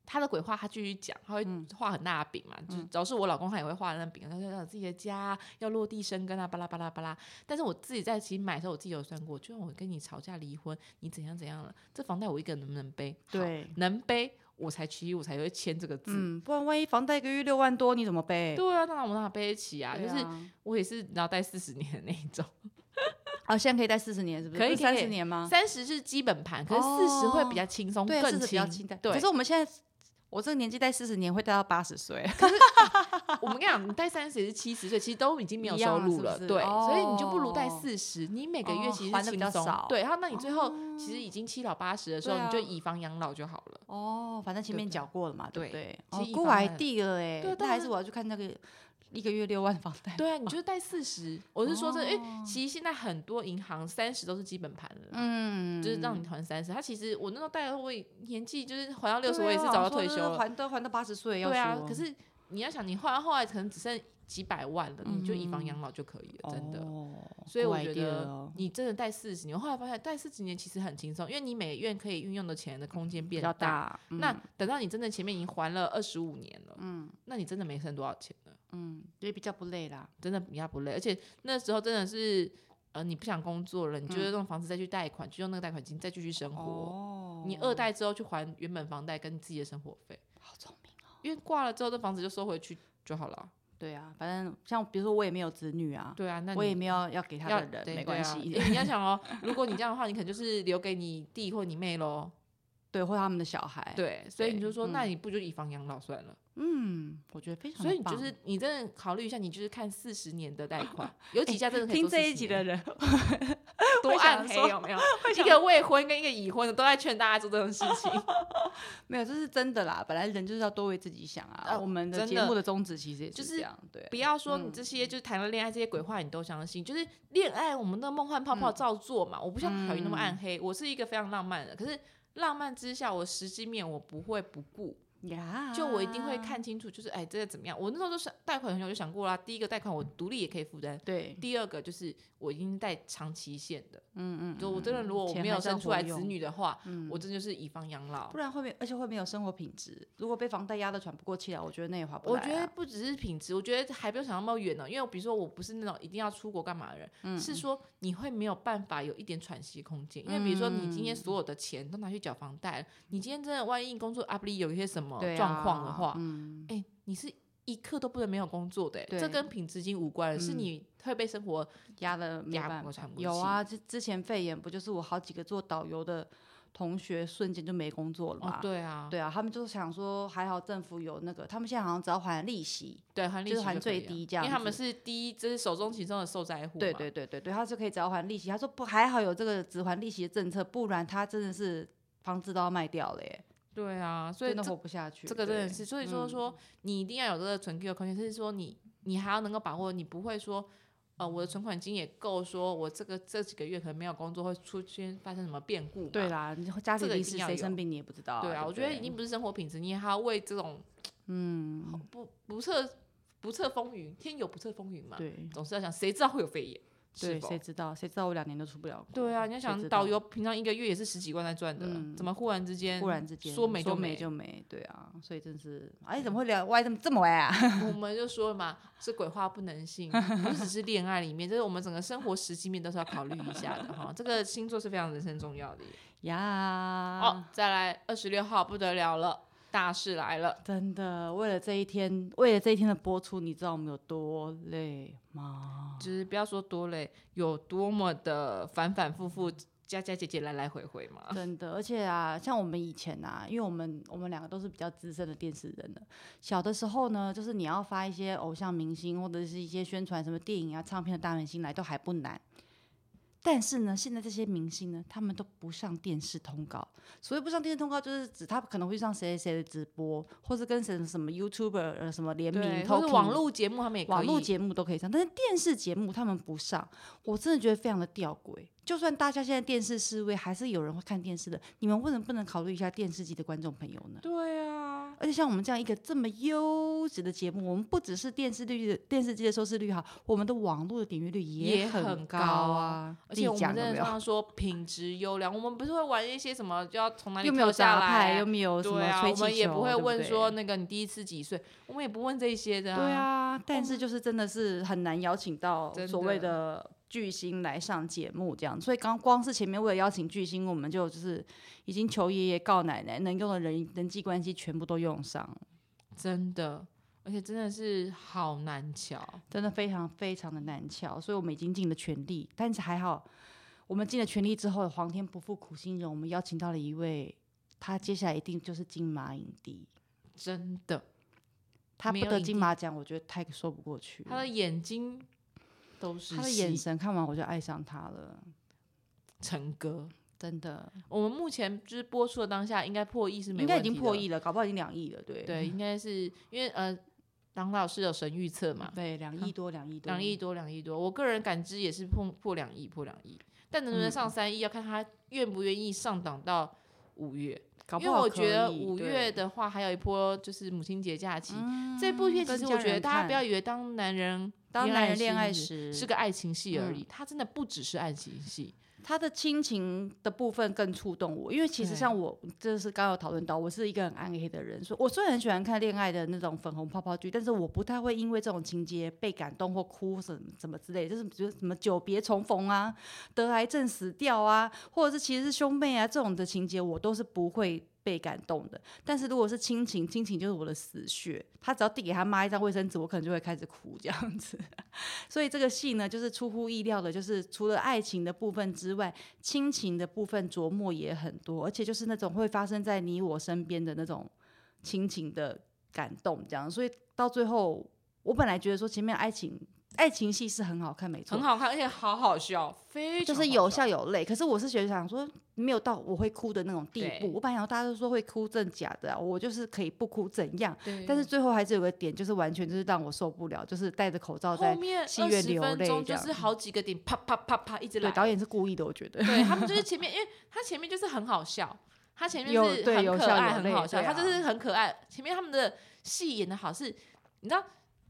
Speaker 3: 他的鬼话他继续讲，他会
Speaker 2: 嗯
Speaker 3: 画很大的饼嘛，就是主要是我老公他也会画那饼，他说要有自己的家要落地生根啊，巴拉巴拉巴拉。但是我自己在其实买的时候，我自己有算过，就算我跟你吵架离婚，你怎样怎样了，这房贷我一个人能不能背？好，
Speaker 2: 对，
Speaker 3: 能背我才其实我才会签这个字。
Speaker 2: 嗯，不然万一房贷一个月六万多，你怎么背？
Speaker 3: 对啊，那我哪背得起啊？
Speaker 2: 对
Speaker 3: 就是
Speaker 2: 啊
Speaker 3: 我也是然后贷四十年的那一 种，
Speaker 2: 啊，现在可以贷四十年，是不是？
Speaker 3: 可以可
Speaker 2: 三
Speaker 3: 以
Speaker 2: 十年吗？
Speaker 3: 三十是基本盘，可是四十会比较轻
Speaker 2: 啊
Speaker 3: 松，
Speaker 2: 哦对，
Speaker 3: 更
Speaker 2: 40比较轻贷。
Speaker 3: 对，
Speaker 2: 可是我们现在。我这个年纪贷四十年会贷到八十岁，
Speaker 3: 我们跟你讲，你贷三十也是七十岁，其实都已经没有
Speaker 2: 一样
Speaker 3: 收
Speaker 2: 啊
Speaker 3: 入
Speaker 2: 是不
Speaker 3: 了，
Speaker 2: 是
Speaker 3: 对，
Speaker 2: 哦
Speaker 3: 所以你就不如贷四十，你每个月
Speaker 2: 哦
Speaker 3: 其实
Speaker 2: 还
Speaker 3: 是
Speaker 2: 得比
Speaker 3: 轻
Speaker 2: 较
Speaker 3: 松，
Speaker 2: 少
Speaker 3: 对，然后那你最后
Speaker 2: 哦
Speaker 3: 其实已经七老八十的时候，
Speaker 2: 对啊
Speaker 3: 你就以房养老就好了。
Speaker 2: 哦，反正前
Speaker 3: 对
Speaker 2: 面
Speaker 3: 对
Speaker 2: 缴过了嘛，对不
Speaker 3: 对
Speaker 2: 对？
Speaker 3: 其
Speaker 2: 哦
Speaker 3: 实，一
Speaker 2: 过
Speaker 3: 方
Speaker 2: 来
Speaker 3: 案
Speaker 2: 地了哎
Speaker 3: 对，
Speaker 2: 那
Speaker 3: 当
Speaker 2: 还
Speaker 3: 然
Speaker 2: 是我要去看那个一个月六万房贷。
Speaker 3: 对啊，你就贷四十，我是说这，因为
Speaker 2: 哦
Speaker 3: 其实现在很多银行三十都是基本盘了。
Speaker 2: 嗯
Speaker 3: 啊就是让你还三十，他其实我那时候贷的时候，我也年纪就是还到
Speaker 2: 对
Speaker 3: 六十，我也是
Speaker 2: 啊
Speaker 3: 早
Speaker 2: 我
Speaker 3: 就
Speaker 2: 说
Speaker 3: 退
Speaker 2: 这
Speaker 3: 休了。
Speaker 2: 还都还到八十岁要
Speaker 3: 对啊
Speaker 2: 说，
Speaker 3: 可是你要想，你后来后来可能只剩几百万了，你就以房养老就可以了，真的。
Speaker 2: 嗯哦
Speaker 3: 所以
Speaker 2: ，good
Speaker 3: 我觉
Speaker 2: idea
Speaker 3: 得
Speaker 2: 哦
Speaker 3: 你真的贷四十年，我后来发现贷四十年其实很轻松，因为你每月可以运用的钱的空间
Speaker 2: 比
Speaker 3: 变
Speaker 2: 较
Speaker 3: 大。
Speaker 2: 大，
Speaker 3: 那
Speaker 2: 嗯
Speaker 3: 等到你真的前面已经还了二十五年了，
Speaker 2: 嗯
Speaker 3: 那你真的没剩多少钱了，
Speaker 2: 嗯，所以比较不累啦。
Speaker 3: 真的比较不累。而且那时候真的是，呃，你不想工作了，你就是用房子再去贷款，就用那个贷款金再继续生活。
Speaker 2: 嗯哦
Speaker 3: 你二代之后去还原本房贷跟你自己的生活费，
Speaker 2: 好聪明哦。
Speaker 3: 因为挂了之后这房子就收回去就好了。
Speaker 2: 对啊，反正像比如说我也没有子女啊，
Speaker 3: 对啊，那
Speaker 2: 我
Speaker 3: 你
Speaker 2: 也没有要给他
Speaker 3: 要
Speaker 2: 的人，
Speaker 3: 对
Speaker 2: 没
Speaker 3: 对
Speaker 2: 关
Speaker 3: 啊
Speaker 2: 系，
Speaker 3: 因为你要想哦，如果你这样的话，你可能就是留给你弟或你妹喽。
Speaker 2: 对，或他们的小孩，，
Speaker 3: 对，所以你
Speaker 2: 对
Speaker 3: 就说，
Speaker 2: 嗯
Speaker 3: 那你不就以房养老算了？
Speaker 2: 嗯，我觉得非常
Speaker 3: 所以你
Speaker 2: 棒
Speaker 3: 就是你真的考虑一下，你就是看四十年的贷 款，有几家真的可以
Speaker 2: 哎听
Speaker 3: 做
Speaker 2: 这一
Speaker 3: 40
Speaker 2: 集
Speaker 3: 年
Speaker 2: 的人，
Speaker 3: 多
Speaker 2: 会想
Speaker 3: 暗黑
Speaker 2: 说
Speaker 3: 有没有？ 一
Speaker 2: 想
Speaker 3: 个未婚跟一个已婚的都在劝大家做这种事 情。
Speaker 2: 没有，这是真的啦。本来人就是要多为自己想啊。
Speaker 3: 啊
Speaker 2: 我们的
Speaker 3: 真
Speaker 2: 节
Speaker 3: 的
Speaker 2: 目的宗旨其实也
Speaker 3: 就是
Speaker 2: 这样，对啊。
Speaker 3: 不要说你这些就是谈了恋爱这些鬼话你都相信，就是恋爱我们的梦幻泡
Speaker 2: 嗯
Speaker 3: 泡照做嘛。我不像小鱼那么暗黑，我是一个非常浪漫的，可是浪漫之下我实际面我不会不顾。
Speaker 2: 呀
Speaker 3: 就我一定会。
Speaker 2: 啊
Speaker 3: 看清楚，就是哎，这个怎么样？我那时候就是贷款很久就想过啦，第一个贷款我独立也可以负担，
Speaker 2: 对，
Speaker 3: 第二个就是我已经贷长期限的，
Speaker 2: 嗯嗯，
Speaker 3: 就我
Speaker 2: 嗯
Speaker 3: 真的
Speaker 2: 嗯
Speaker 3: 如果我
Speaker 2: 钱
Speaker 3: 没
Speaker 2: 还
Speaker 3: 有
Speaker 2: 是要
Speaker 3: 生出
Speaker 2: 活
Speaker 3: 来子
Speaker 2: 用，
Speaker 3: 女的话，
Speaker 2: 嗯，
Speaker 3: 我真就是以方养老
Speaker 2: 不。然会没，而且会没有生活品质。如果被房贷压得喘不过气来，我觉得那也划不
Speaker 3: 我
Speaker 2: 来啊。
Speaker 3: 觉得不只是品质，我觉得还不用想那么远呢。因为比如说，我不是那种一定要出国干嘛的人，
Speaker 2: 嗯
Speaker 3: 是说你会没有办法有一点喘息空间。因为比如说，你今
Speaker 2: 嗯
Speaker 3: 天所有的钱都拿去缴房贷了，你今天真的万一工作阿不利有一些什么
Speaker 2: 对啊
Speaker 3: 状况的话，
Speaker 2: 嗯，
Speaker 3: 哎、你是一刻都不能没有工作的、欸，
Speaker 2: 对
Speaker 3: 这跟品质已经无关了，是
Speaker 2: 嗯
Speaker 3: 你会被生活
Speaker 2: 压得没
Speaker 3: 压
Speaker 2: 办法
Speaker 3: 不过喘不过
Speaker 2: 有
Speaker 3: 气
Speaker 2: 啊，之之前肺炎不就是我好几个做导游的同学瞬间就没工作了
Speaker 3: 哦
Speaker 2: 嘛？，
Speaker 3: 对啊，
Speaker 2: 对啊，他们就想说还好政府有那个，他们现在好像只要还利息，
Speaker 3: 对，还利
Speaker 2: 就是
Speaker 3: 息
Speaker 2: 还
Speaker 3: 可
Speaker 2: 最
Speaker 3: 以啊
Speaker 2: 低这样
Speaker 3: 因为他们
Speaker 2: 子
Speaker 3: 是第一，这是首中其中的受灾户嘛，
Speaker 2: 对对对对对，他就可以只要还利息。他说不，还好有这个只还利息的政策，不然他真的是房子都要卖掉了耶，
Speaker 3: 对啊，所以
Speaker 2: 真的
Speaker 3: 这
Speaker 2: 活不下去。
Speaker 3: 这个真的
Speaker 2: 对
Speaker 3: 是，所以说
Speaker 2: 嗯
Speaker 3: 说你一定要有这个存 Q 的空间，就是说你你还要能够把握，你不会说。呃，我的存款金也够，说我这个这几个月可能没有工作，会出现发生什么变故嘛？
Speaker 2: 对啦，你家
Speaker 3: 这
Speaker 2: 里
Speaker 3: 个一
Speaker 2: 临
Speaker 3: 定
Speaker 2: 时
Speaker 3: 要
Speaker 2: 谁生
Speaker 3: 有
Speaker 2: 病你也不知道、
Speaker 3: 对啊，
Speaker 2: 不
Speaker 3: 我觉得已经不是生活品质，你还要为这种
Speaker 2: 嗯，
Speaker 3: 不不测不测风云，天有不测风云嘛。
Speaker 2: 对
Speaker 3: 总是要想，谁知道会有肺炎？是
Speaker 2: 对，
Speaker 3: 否
Speaker 2: 谁知道？谁知道我两年都出不了国？
Speaker 3: 对啊，你要
Speaker 2: 谁
Speaker 3: 想
Speaker 2: 知
Speaker 3: 导
Speaker 2: 道
Speaker 3: 游平常一个月也是十几万在赚的，
Speaker 2: 嗯
Speaker 3: 怎么忽然之间？
Speaker 2: 忽然之间
Speaker 3: 说没就
Speaker 2: 就
Speaker 3: 没啊
Speaker 2: 就没，对啊，所以真是，哎，怎么会聊歪这么这么歪啊？
Speaker 3: 我们就说了嘛，是鬼话不能信，不是只是恋爱里面，就是我们整个生活实际面都是要考虑一下的哈。这个星座是非常人生重要的耶。
Speaker 2: 呀，
Speaker 3: 哦，再来二十六号不得了了，大事来了。
Speaker 2: 真的，为了这一天，为了这一天的播出，你知道我们有多累吗？
Speaker 3: 就是不要说多累，有多么的反反复复、加加减减、来来回回嘛。
Speaker 2: 真的，而且啊，像我们以前啊，因为我们我们两个都是比较资深的电视人了。小的时候呢，就是你要发一些偶像明星或者是一些宣传什么电影啊、唱片的大明星来，都还不难。但是呢，现在这些明星呢，他们都不上电视通告。所谓不上电视通告，就是指他可能会上谁谁谁的直播，或是跟谁什么 YouTuber 呃什么联名，
Speaker 3: 对，或者
Speaker 2: talking
Speaker 3: 网络节目他们也可以，
Speaker 2: 网络节目都可以上，但是电视节目他们不上，我真的觉得非常的吊诡。就算大家现在电视示威，还是有人会看电视的，你们为什么不能考虑一下电视机的观众朋友呢？
Speaker 3: 对啊，
Speaker 2: 而且像我们这样一个这么优质的节目，我们不只是电视率的电视机的收视率好，我们的网络的点阅率
Speaker 3: 也
Speaker 2: 很
Speaker 3: 很
Speaker 2: 高
Speaker 3: 高
Speaker 2: 啊。
Speaker 3: 而
Speaker 2: 自己
Speaker 3: 且我们
Speaker 2: 讲
Speaker 3: 真
Speaker 2: 有没
Speaker 3: 的常
Speaker 2: 有？
Speaker 3: 常说品质优良，我们不是会玩一些什么就要从哪里
Speaker 2: 又没有
Speaker 3: 跳
Speaker 2: 杂
Speaker 3: 下来，
Speaker 2: 牌，又没有什
Speaker 3: 对
Speaker 2: 么
Speaker 3: 啊，
Speaker 2: 吹
Speaker 3: 我
Speaker 2: 气球，
Speaker 3: 们也不会问说
Speaker 2: 对
Speaker 3: 那个你第一次几岁，我们也不问这些的、
Speaker 2: 不对对，啊，但是就是真的是很难邀请到
Speaker 3: 真的
Speaker 2: 所谓的巨星来上节目这样，所以刚光是前面为了邀请巨星，我们就就是已经求爷爷告奶奶，能用的人人际关系全部都用上了，
Speaker 3: 真的，而且真的是好难瞧。
Speaker 2: 真的非常非常的难瞧，所以我们已经尽了全力，但是还好，我们尽了全力之后，皇天不负苦心人，我们邀请到了一位，他接下来一定就是金马影帝，
Speaker 3: 真的，
Speaker 2: 他
Speaker 3: 没
Speaker 2: 不
Speaker 3: 有
Speaker 2: 得
Speaker 3: 影
Speaker 2: 金
Speaker 3: 帝
Speaker 2: 马奖，我觉得太说不过去了。
Speaker 3: 他的眼睛都是
Speaker 2: 他的
Speaker 3: 戏
Speaker 2: 眼神看完我就爱上他了，
Speaker 3: 成哥。
Speaker 2: 真的，
Speaker 3: 我们目前就是播出的当下，应该破亿是没
Speaker 2: 应该已
Speaker 3: 问
Speaker 2: 经
Speaker 3: 题
Speaker 2: 破
Speaker 3: 的
Speaker 2: 亿。了，搞不好已经两亿了，对
Speaker 3: 对，应该是因为呃，党老师有神预测嘛，
Speaker 2: 对，两亿多，两亿多，
Speaker 3: 两亿多，两亿多。我个人感知也是破破两亿，破两亿。但能不
Speaker 2: 嗯
Speaker 3: 能上三亿，要看他愿不愿意上档到五月。
Speaker 2: 搞
Speaker 3: 因
Speaker 2: 不
Speaker 3: 为
Speaker 2: 好
Speaker 3: 我
Speaker 2: 可
Speaker 3: 觉得
Speaker 2: 以
Speaker 3: 五
Speaker 2: 对
Speaker 3: 月的话，还有一波就是母亲节假期。
Speaker 2: 嗯
Speaker 3: 这部片其
Speaker 2: 跟
Speaker 3: 实
Speaker 2: 家
Speaker 3: 我觉得
Speaker 2: 人
Speaker 3: 大家
Speaker 2: 看
Speaker 3: 不要以为当男人
Speaker 2: 当男人恋爱
Speaker 3: 时
Speaker 2: 时
Speaker 3: 是个爱情戏而
Speaker 2: 嗯
Speaker 3: 已，它真的不只是爱情戏。
Speaker 2: 他的亲情的部分更触动我，因为其实
Speaker 3: 对
Speaker 2: 像我，这是刚刚有讨论到，我是一个很暗黑的人，所以我虽然很喜欢看恋爱的那种粉红泡泡剧，但是我不太会因为这种情节被感动或哭什么什么之类的，就是比如什么久别重逢啊、得癌症死掉啊，或者是其实是兄妹啊这种的情节，我都是不会。被感动的，但是如果是亲情，亲情就是我的死穴。他只要递给他妈一张卫生纸，我可能就会开始哭这样子。所以这个戏呢，就是出乎意料的，就是除了爱情的部分之外，亲情的部分琢磨也很多，而且就是那种会发生在你我身边的那种亲情的感动，这样。所以到最后，我本来觉得说前面爱情爱情戏是很好看，没错，
Speaker 3: 很好看，而且好好笑，非
Speaker 2: 就
Speaker 3: 常
Speaker 2: 是
Speaker 3: 好
Speaker 2: 有笑有泪。可是我是觉得想说，没有到我会哭的那种地
Speaker 3: 对
Speaker 2: 步。我本来想大家都说会哭真假的、啊，我就是可以不哭怎样。
Speaker 3: 对
Speaker 2: 但是最后还是有个点，就是完全就是让我受不了，就是戴着口罩在
Speaker 3: 后面
Speaker 2: 戏
Speaker 3: 二
Speaker 2: 院
Speaker 3: 十
Speaker 2: 流
Speaker 3: 分
Speaker 2: 泪
Speaker 3: 钟
Speaker 2: 这
Speaker 3: 就
Speaker 2: 样
Speaker 3: 是好几个点啪啪啪啪一直来
Speaker 2: 对，，导演是故意的，我觉得。
Speaker 3: 对他 们就是前面，因为他前面就是很好笑，他前面
Speaker 2: 有
Speaker 3: 是
Speaker 2: 对
Speaker 3: 很
Speaker 2: 有
Speaker 3: 可
Speaker 2: 笑
Speaker 3: 爱，
Speaker 2: 有
Speaker 3: 很
Speaker 2: 泪
Speaker 3: 好笑，
Speaker 2: 对
Speaker 3: 他就
Speaker 2: 啊
Speaker 3: 是很可爱。前面他们的戏演的好是，你知道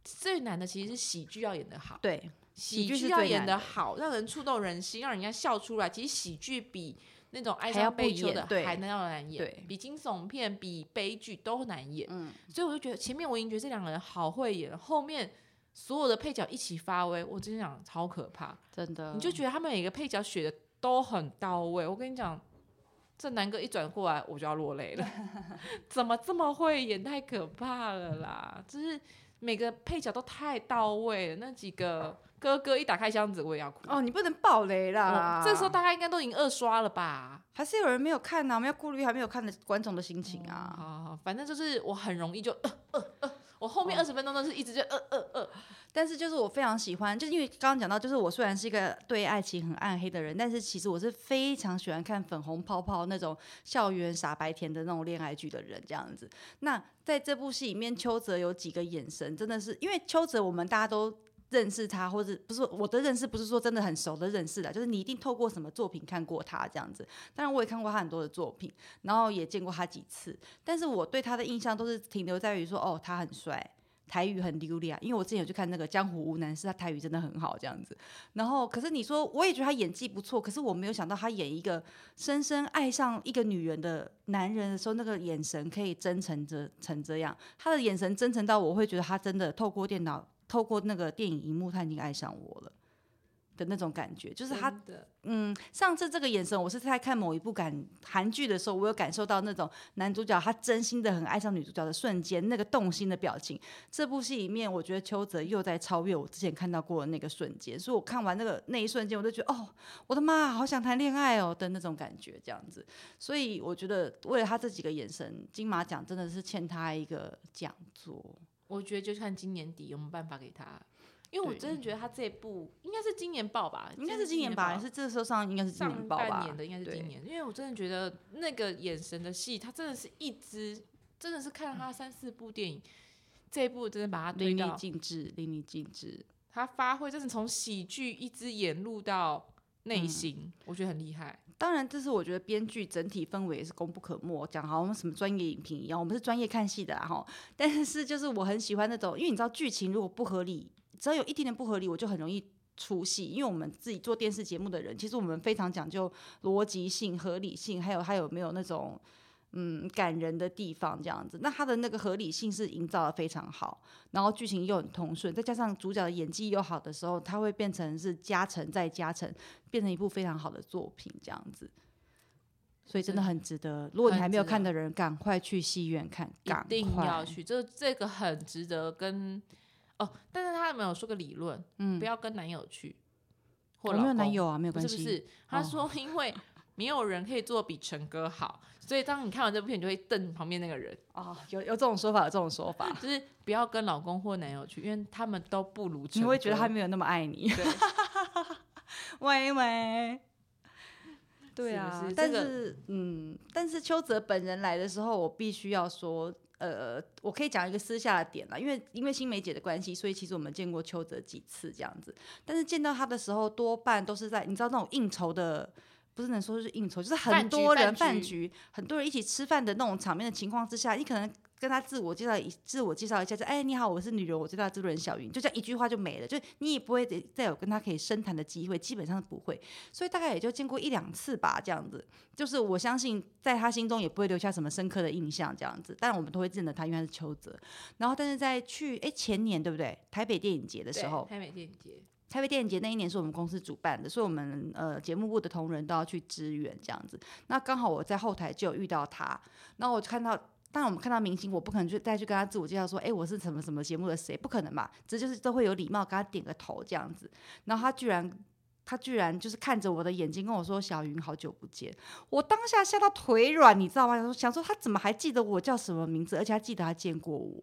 Speaker 3: 最难的其实是喜剧要演的好，
Speaker 2: 对，喜
Speaker 3: 喜
Speaker 2: 剧是
Speaker 3: 剧要
Speaker 2: 最
Speaker 3: 演
Speaker 2: 难
Speaker 3: 的
Speaker 2: 的
Speaker 3: 好，让人触动人心，让人家笑出来。其实喜剧比那种哀
Speaker 2: 还要
Speaker 3: 伤悲
Speaker 2: 不
Speaker 3: 秋
Speaker 2: 演
Speaker 3: 的
Speaker 2: 对
Speaker 3: 还难要难
Speaker 2: 对
Speaker 3: 演，比惊悚片、比悲剧都难演。
Speaker 2: 嗯，
Speaker 3: 所以我就觉得前面我已经觉得这两个人好会演，后面所有的配角一起发威，我真想超可怕。
Speaker 2: 真的，
Speaker 3: 你就觉得他们每个配角写的都很到位。我跟你讲，这南哥一转过来我就要落泪了， 怎么这么会演？太可怕了啦！就是每个配角都太到位了，那几个哥哥一打开箱子我也要哭。
Speaker 2: 哦，啊你不能爆雷啦
Speaker 3: 我。这时候大家应该都已经二刷了吧？
Speaker 2: 还是有人没有看呢、我们要顾虑还没有看的观众的心情
Speaker 3: 好
Speaker 2: 啊。
Speaker 3: 好哦好，反正就是我很容易就呃呃呃，我后面
Speaker 2: 哦
Speaker 3: 二十分钟都是一直就呃呃呃，
Speaker 2: 但是就是我非常喜欢，就是因为刚刚讲到，就是我虽然是一个对爱情很暗黑的人，但是其实我是非常喜欢看粉红泡泡那种校园傻白甜的那种恋爱剧的人这样子。那在这部戏里面，邱泽有几个眼神真的是，因为邱泽我们大家都。认识他，或者不是我的认识，不是说真的很熟的认识啦，就是你一定透过什么作品看过他这样子。当然，我也看过他很多的作品，然后也见过他几次，但是我对他的印象都是停留在于说，哦，他很帅，台语很流利啊，因为我之前有去看那个《江湖无难事》，他台语真的很好这样子。然后，可是你说，我也觉得他演技不错，可是我没有想到他演一个深深爱上一个女人的男人的时候，那个眼神可以真诚着成这样。他的眼神真诚到我会觉得他真的透过电脑，透过那个电影荧幕，他已经爱上我了的那种感觉，就是他
Speaker 3: 真的
Speaker 2: 嗯，上次这个眼神，我是在看某一部感韩剧的时候，我有感受到那种男主角他真心的很爱上女主角的瞬间，那个动心的表情。这部戏里面，我觉得邱泽又在超越我之前看到过的那个瞬间，所以我看完那个那一瞬间，我就觉得哦，我的妈，好想谈恋爱哦的那种感觉，这样子。所以我觉得，为了他这几个眼神，金马奖真的是欠他一个讲座。
Speaker 3: 我觉得就看今年底有没有办法给他。因为我
Speaker 2: 对
Speaker 3: 真的觉得他这一部应该是今年报吧，
Speaker 2: 应该是今年吧，也是这时候上应该是今
Speaker 3: 上
Speaker 2: 年报
Speaker 3: 半
Speaker 2: 吧
Speaker 3: 年的，应该是
Speaker 2: 对
Speaker 3: 今年，因为我真的觉得那个眼神的戏，他真的是一直，真的是看了他三四部电影，这一部真的把他堆
Speaker 2: 淋漓
Speaker 3: 到
Speaker 2: 尽致，淋漓尽致。
Speaker 3: 他发挥，真的从喜剧一直演入到内
Speaker 2: 嗯
Speaker 3: 心，我觉得很厉害。
Speaker 2: 当然，这是我觉得编剧整体氛围也是功不可没，讲好像什么专业影评一样，我们是专业看戏的啦哈。但是就是我很喜欢那种，因为你知道剧情如果不合理，只要有一点点不合理，我就很容易出戏。因为我们自己做电视节目的人，其实我们非常讲究逻辑性、合理性，还有还有没有那种。嗯，感人的地方这样子，那它的那个合理性是营造的非常好，然后剧情又很通顺，再加上主角的演技又好的时候，它会变成是加成再加成，变成一部非常好的作品这样子。所以真的很值得，如果你还没有
Speaker 3: 很值得
Speaker 2: 看的人，赶快去戏院看，赶
Speaker 3: 一定
Speaker 2: 快
Speaker 3: 要去，这这个很值得跟哦，但是他有没有说个理论？
Speaker 2: 嗯
Speaker 3: 不要跟男友去，或
Speaker 2: 我
Speaker 3: 老
Speaker 2: 没有男
Speaker 3: 公
Speaker 2: 友啊，没有
Speaker 3: 不
Speaker 2: 关
Speaker 3: 是
Speaker 2: 系。
Speaker 3: 不是，他
Speaker 2: 哦
Speaker 3: 说因为没有人可以做比陈哥好，所以当你看完这部片，你就会瞪旁边那个人，
Speaker 2: 哦，有有这种说法，有这种说法，
Speaker 3: 就是不要跟老公或男友去，因为他们都不如陈
Speaker 2: 你
Speaker 3: 哥。
Speaker 2: 会觉得他没有那么爱你。
Speaker 3: 对，
Speaker 2: 喂喂，对
Speaker 3: 是
Speaker 2: 啊，
Speaker 3: 不是
Speaker 2: 但
Speaker 3: 这个
Speaker 2: 是嗯，但是邱泽本人来的时候，我必须要说。呃，我可以讲一个私下的点啦，因为因为新梅姐的关系，所以其实我们见过邱泽几次这样子。但是见到他的时候，多半都是在你知道那种应酬的，不是能说是应酬，就是很
Speaker 3: 饭局
Speaker 2: 多人
Speaker 3: 饭
Speaker 2: 饭局，很多人一起吃饭的那种场面的情况之下，你可能跟他自我介绍一自我介绍一下，就哎你好，我是女人，我最大的制作人小云，就这样一句话就没了，就你也不会得再有跟他可以深谈的机会，基本上是不会，所以大概也就见过一两次吧，这样子。就是我相信在他心中也不会留下什么深刻的印象这样子，但我们都会认得他，因为他是邱泽。然后，但是在去哎前年对不对？台北电影节的
Speaker 3: 的
Speaker 2: 时候，
Speaker 3: 拍美电影节，
Speaker 2: 台北电影节那一年是我们公司主办的，所以我们呃节目部的同仁都要去支援这样子。那刚好我在后台就有遇到他，然后我就看到，当然我们看到明星，我不可能去再去跟他自我介绍说，哎，我是什么什么节目的谁，不可能嘛，这就是都会有礼貌跟他点个头这样子。然后他居然。他居然就是看着我的眼睛跟我说：“小云，好久不见。”我当下吓到腿软，你知道吗？想说想说他怎么还记得我叫什么名字，而且他记得他见过我。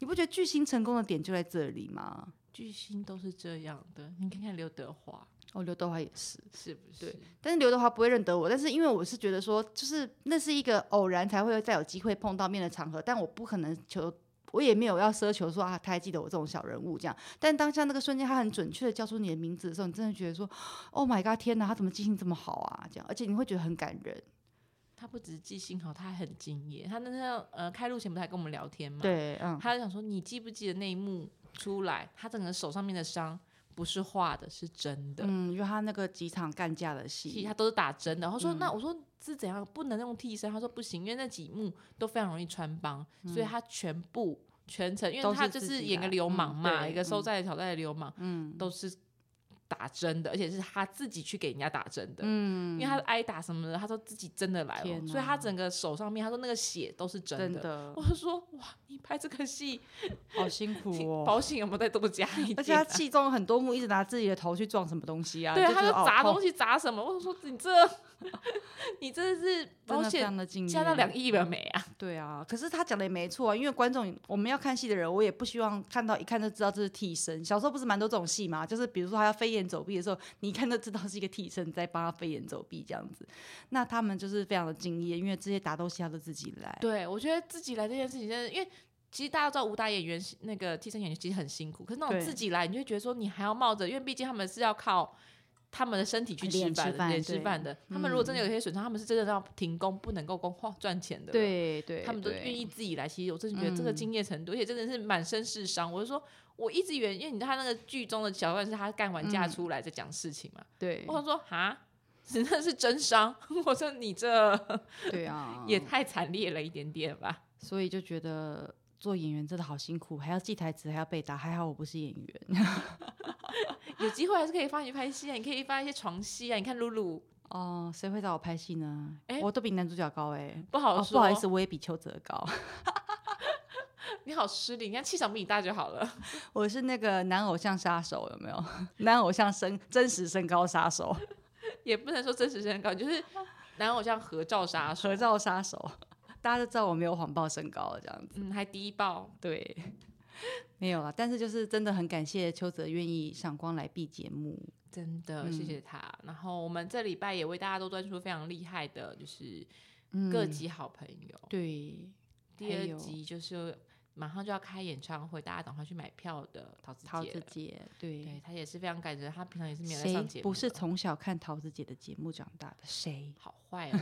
Speaker 2: 你不觉得巨星成功的点就在这里吗？
Speaker 3: 巨星都是这样的，你看看刘德华
Speaker 2: 哦，刘德华也是。
Speaker 3: 是不是
Speaker 2: 对？但是刘德华不会认得我，但是因为我是觉得说，就是那是一个偶然才会再有机会碰到面的场合，但我不可能求，我也没有要奢求说啊，他还记得我这种小人物这样。但当下那个瞬间，他很准确的叫出你的名字的时候，你真的觉得说，Oh my god，天哪，他怎么记性这么好啊？这样，而且你会觉得很感人。
Speaker 3: 他不只是记性好，他还很敬业。他那天呃开录前不是还跟我们聊天吗？，
Speaker 2: 对，嗯，
Speaker 3: 他就想说你记不记得那一幕出来，他整个手上面的伤不是画的，是真的。
Speaker 2: 嗯，因为他那个几场干架的
Speaker 3: 替
Speaker 2: 戏
Speaker 3: 他，都是打针的。然后
Speaker 2: 嗯
Speaker 3: 说、那我说是怎样不能用替身？他说不行，因为那几幕都非常容易穿帮，所以他全部全程，因
Speaker 2: 嗯都
Speaker 3: 为
Speaker 2: 是
Speaker 3: 他就
Speaker 2: 自己
Speaker 3: 是演个
Speaker 2: 来
Speaker 3: 流氓
Speaker 2: 嗯
Speaker 3: 嘛，
Speaker 2: 对
Speaker 3: 一个收债讨债的流氓，
Speaker 2: 嗯
Speaker 3: 都是打针的，而且是他自己去给人家打针的。因
Speaker 2: 嗯
Speaker 3: 为他挨打什么的，他说自己真的来了
Speaker 2: 天，
Speaker 3: 所以他
Speaker 2: 哪
Speaker 3: 整个手上面，他说那个血都是真的。
Speaker 2: 真的
Speaker 3: 我就说哇，你拍这个戏，
Speaker 2: 好辛 苦哦。
Speaker 3: 保险有没有再多加一点、啊？
Speaker 2: 而且他戏中很多幕一直拿自己的头去撞什么东西啊，
Speaker 3: 对，他
Speaker 2: 就
Speaker 3: 就砸东
Speaker 2: 西，
Speaker 3: 西砸什么？我说你这， 你这是
Speaker 2: 真
Speaker 3: 保
Speaker 2: 的非
Speaker 3: 险
Speaker 2: 常的敬业，
Speaker 3: 加到两亿了没啊？
Speaker 2: 对啊，可是他讲的也没错啊，因为观众我们要看戏的人，我也不希望看到一看就知道这是替身。小时候不是蛮多这种戏嘛，就是比如说他要飞檐走壁的时候，你一看就知道是一个替身在帮他飞檐走壁这样子。那他们就是非常的敬业，因为这些打斗戏他都自己来。
Speaker 3: 对，我觉得自己来这件事情真的，因为其实大家都知道武打演员是那个替身演员其实很辛苦，可是那种
Speaker 2: 对
Speaker 3: 自己来，你就会觉得说你还要冒着，因为毕竟他们是要靠。他们的身体去吃
Speaker 2: 脸吃
Speaker 3: 饭的，
Speaker 2: 饭
Speaker 3: 脸吃
Speaker 2: 对嗯
Speaker 3: 饭的。他们如果真的有一些损伤，他们是真的要停工，不能够工花赚钱的。，
Speaker 2: 对对
Speaker 3: 他们都愿意自己来。其实我真的觉得这个
Speaker 2: 嗯
Speaker 3: 敬业程度，而且真的是满身是伤。我就说，我一直以为，因为你知道他那个剧中的桥段是他干完架
Speaker 2: 嗯
Speaker 3: 出来在讲事情嘛，
Speaker 2: 对
Speaker 3: 我想说哈，真的是真伤。 我说你这
Speaker 2: 对 啊，
Speaker 3: 也太惨烈了一点点吧。
Speaker 2: 所以就觉得。做演员真的好辛苦，还要记台词，还要被打。还好我不是演员，
Speaker 3: 有机会还是可以发你拍戏啊，你可以发一些床戏啊。你看露露
Speaker 2: 哦，谁会找我拍戏呢？
Speaker 3: 哎
Speaker 2: 我都比男主角高哎、
Speaker 3: 不好
Speaker 2: 哦，不
Speaker 3: 说、
Speaker 2: 好意思，，我也比邱泽高。
Speaker 3: 你好失礼，你看气场比你大就好了。
Speaker 2: 我是那个男偶像杀手，有没有？ 男偶像身真实身高杀手，
Speaker 3: 也不能说真实身高，就是 男偶像合照杀手
Speaker 2: 合，照杀手，大家都知道我没有谎报身高了这样子。
Speaker 3: 嗯，还低报。
Speaker 2: 对，没有啦，但是就是真的很感谢邱泽愿意上光来 B 节目，
Speaker 3: 真的，谢谢他。然后我们这礼拜也为大家都端出非常厉害的，就是
Speaker 2: 嗯
Speaker 3: 各级好朋友。
Speaker 2: 对，
Speaker 3: 第
Speaker 2: 还
Speaker 3: 二
Speaker 2: 有
Speaker 3: 集就是马上就要开演唱会，大家赶快去买票的桃子
Speaker 2: 桃
Speaker 3: 姐
Speaker 2: 子
Speaker 3: 了。
Speaker 2: 姐，对，
Speaker 3: 对他也是非常感人，他平常也是没有在上节
Speaker 2: 谁
Speaker 3: 目的，
Speaker 2: 不是从小看桃子姐的节目长大的？谁？
Speaker 3: 好坏哦。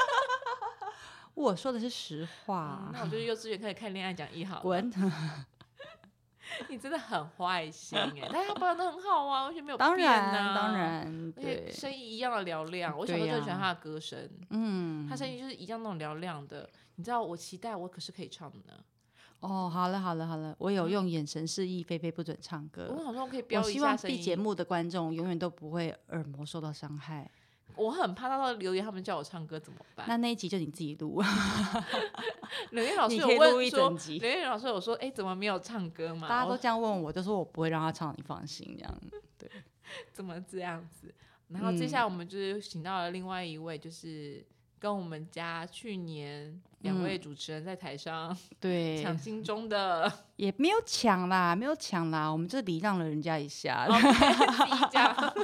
Speaker 2: 我说的是实话。
Speaker 3: 嗯那我就是幼稚园开始看恋爱讲义好了，
Speaker 2: 滚！
Speaker 3: 你真的很坏心哎！但他保养的很好啊，完全没有
Speaker 2: 当
Speaker 3: 变
Speaker 2: 然，
Speaker 3: 啊
Speaker 2: 当，然，
Speaker 3: 而且
Speaker 2: 对，嗯
Speaker 3: 声音一样的嘹亮，我小时候
Speaker 2: 对
Speaker 3: 就很喜欢
Speaker 2: 呀
Speaker 3: 他的歌声，
Speaker 2: 嗯，
Speaker 3: 他声音就是一样那种嘹亮的。你知道，我期待我可是可以唱的呢。
Speaker 2: 哦，好了，好了，好了，我有用眼神示意菲菲不准唱
Speaker 3: 嗯我
Speaker 2: 歌。
Speaker 3: 想说我可以标
Speaker 2: 我哦
Speaker 3: 一
Speaker 2: 希
Speaker 3: 下
Speaker 2: 望
Speaker 3: 声
Speaker 2: B 节
Speaker 3: 音，
Speaker 2: 目的观众永远都不会耳膜受到伤害。
Speaker 3: 啊我很怕到时候留言他们叫我唱歌怎么办？
Speaker 2: 那那一集就你自己录，
Speaker 3: 啊柳燕老师
Speaker 2: 你
Speaker 3: 有
Speaker 2: 可以录
Speaker 3: 问
Speaker 2: 一
Speaker 3: 说
Speaker 2: 整，集
Speaker 3: 柳燕老师有说，哎、怎么没有唱歌嘛？
Speaker 2: 大家都
Speaker 3: 我
Speaker 2: 这样问我，我就说我不会让他唱，你放心这样。
Speaker 3: 怎么这样子？
Speaker 2: 嗯
Speaker 3: 然后接下来我们就是请到了另外一位，就是跟我们家去年两位主持人在台上
Speaker 2: 对，
Speaker 3: 抢金 钟的
Speaker 2: 也没有抢啦，没有抢啦，我们就礼让了人家一
Speaker 3: 哦
Speaker 2: 下。
Speaker 3: 第一家，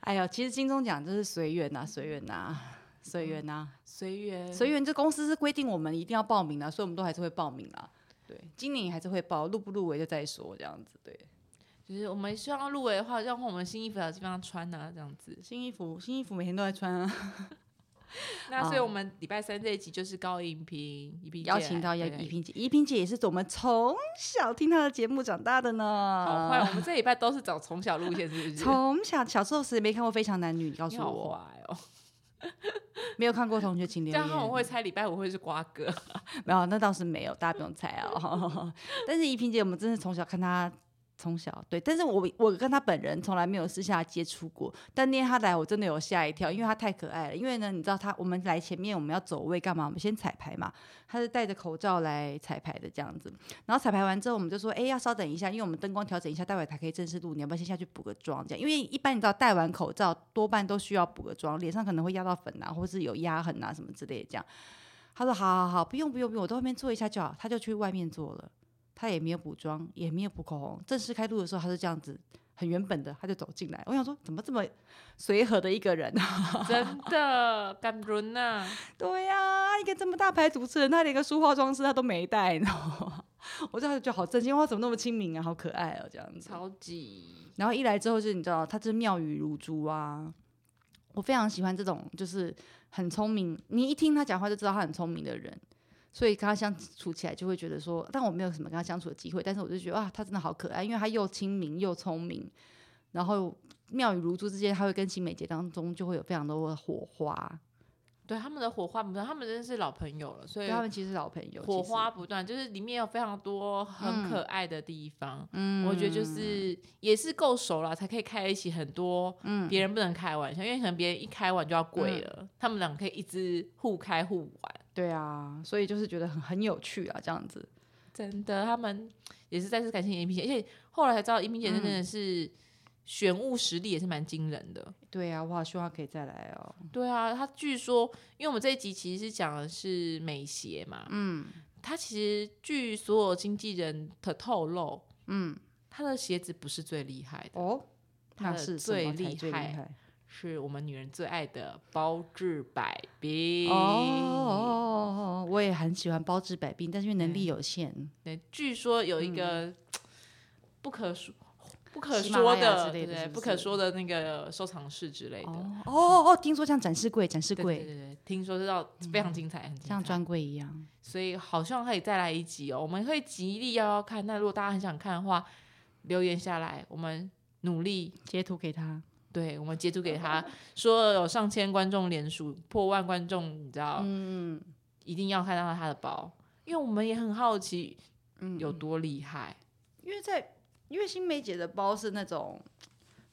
Speaker 2: 哎呦，其实金钟奖就是随缘呐，随缘呐，随缘呐，
Speaker 3: 随缘
Speaker 2: 随缘。这公司是规定我们一定要报名的，所以我们都还是会报名啦。对，今年还是会报，入不入围就再说，这样子。对，
Speaker 3: 就是我们希望入围的话，要换我们新衣服的地方穿啊，这样子。
Speaker 2: 新衣服，新衣服每天都在穿啊。
Speaker 3: 那所以我们礼拜三这一集就是高音频，一
Speaker 2: 邀请到
Speaker 3: 要
Speaker 2: 要怡萍姐，怡萍姐也是我们从小听她的节目长大的
Speaker 3: 好坏，
Speaker 2: 呢。
Speaker 3: 我们这礼拜都是走从小路线，是不是？
Speaker 2: 从小小时候时没看过《非常男女》，你告
Speaker 3: 你
Speaker 2: 诉
Speaker 3: 好
Speaker 2: 我
Speaker 3: 坏哦，
Speaker 2: 没有看过《同学请
Speaker 3: 这
Speaker 2: 留言
Speaker 3: 样他》，们会猜礼拜五会是瓜 哥。
Speaker 2: 没有，那倒是没有，大家不用猜哦。 但是怡萍姐，我们真的从小看她，从小对，但是我我跟她本人从来没有私下接触过。但那天她来，我真的有吓一跳，因为她太可爱了。因为呢，你知道她，我们来前面我们要走位干嘛？我们先彩排嘛，她是戴着口罩来彩排的这样子。然后彩排完之后，我们就说，哎，要稍等一下，因为我们灯光调整一下，待会才可以正式录。你要不要先下去补个妆？这样，因为一般你知道戴完口罩，多半都需要补个妆，脸上可能会压到粉啊，或是有压痕啊什么之类的这样。他说：“好好好，不用不用不用，我到外面坐一下就好。”他就去外面坐了，他也没有补妆，也没有补口红。正式开录的时候，他是这样子，很原本的，他就走进来。我想说，怎么这么随和的一个人啊？
Speaker 3: 真的，感人呐、
Speaker 2: 对呀、一个这么大牌主持人，他连个梳化妆师他都没带，你知道吗？ 我就觉得好震惊，哇，怎么那么亲民啊，好可爱哦，这样子。
Speaker 3: 超级
Speaker 2: 然后一来之后，就是你知道，他就是妙语如珠啊。我非常喜欢这种，就是很聪明，你一听他讲话就知道他很聪明的人，所以跟他相处起来就会觉得说，但我没有什么跟他相处的机会，但是我就觉得哇，他真的好可爱，因为他又亲民又聪明，然后妙语如珠之间，他会跟新美姐当中就会有非常多的火花，
Speaker 3: 对他们的火花不断，他们真的是老朋友了，所
Speaker 2: 对
Speaker 3: 以
Speaker 2: 他们其实是老朋友，
Speaker 3: 火
Speaker 2: 其实
Speaker 3: 花，不断，就是里面有非常多很可爱的地方。
Speaker 2: 嗯
Speaker 3: 我觉得就是也是够熟了，才可以开一起很多
Speaker 2: 嗯
Speaker 3: 别人不能开玩笑，因为可能别人一开完就要跪了，他们两个可以一直互开互玩。
Speaker 2: 对啊，所以就是觉得很很有趣啊，这样子，
Speaker 3: 真的，他们也是再次感谢 E 尹萍姐，而且后来才知道尹 E 萍姐真
Speaker 2: 嗯
Speaker 3: 的是选物实力也是蛮惊人的。
Speaker 2: 对啊，我好希望他可以再来哦，
Speaker 3: 对啊，他据说，因为我们这一集其实是讲的是美协嘛，
Speaker 2: 嗯
Speaker 3: 他其实据所有经纪人的透露，
Speaker 2: 嗯。
Speaker 3: 他的鞋子不是最厉害的，
Speaker 2: 哦，
Speaker 3: 他
Speaker 2: 那
Speaker 3: 的
Speaker 2: 是什
Speaker 3: 最
Speaker 2: 么
Speaker 3: 厉
Speaker 2: 才最
Speaker 3: 害
Speaker 2: 害
Speaker 3: 是我们女人最爱的包治百病。
Speaker 2: 哦哦哦哦！我也很喜欢包治百病，但是因为能力有限，
Speaker 3: 对，据说有一个不可说、不可
Speaker 2: 嗯喜马拉
Speaker 3: 说
Speaker 2: 雅
Speaker 3: 的，
Speaker 2: 之类的
Speaker 3: 对
Speaker 2: 是
Speaker 3: 不
Speaker 2: 不
Speaker 3: 可
Speaker 2: 是
Speaker 3: 说的那个收藏室之类的。
Speaker 2: 哦哦哦，听说像展示柜，展示
Speaker 3: 对对
Speaker 2: 柜
Speaker 3: 对对，听说这道非常精彩，很精
Speaker 2: 嗯像
Speaker 3: 彩，
Speaker 2: 专柜一样，
Speaker 3: 所以好像可以再来一集哦。我们会极力要要看，那如果大家很想看的话，留言下来，我们努力
Speaker 2: 截图给他。
Speaker 3: 对，我们截图 给他，说有上千观众连署，破万观众，你知道，
Speaker 2: 嗯，
Speaker 3: 一定要看到他的包，因为我们也很好奇，
Speaker 2: 嗯
Speaker 3: 有多厉害，
Speaker 2: 因为在因为新梅姐的包是那种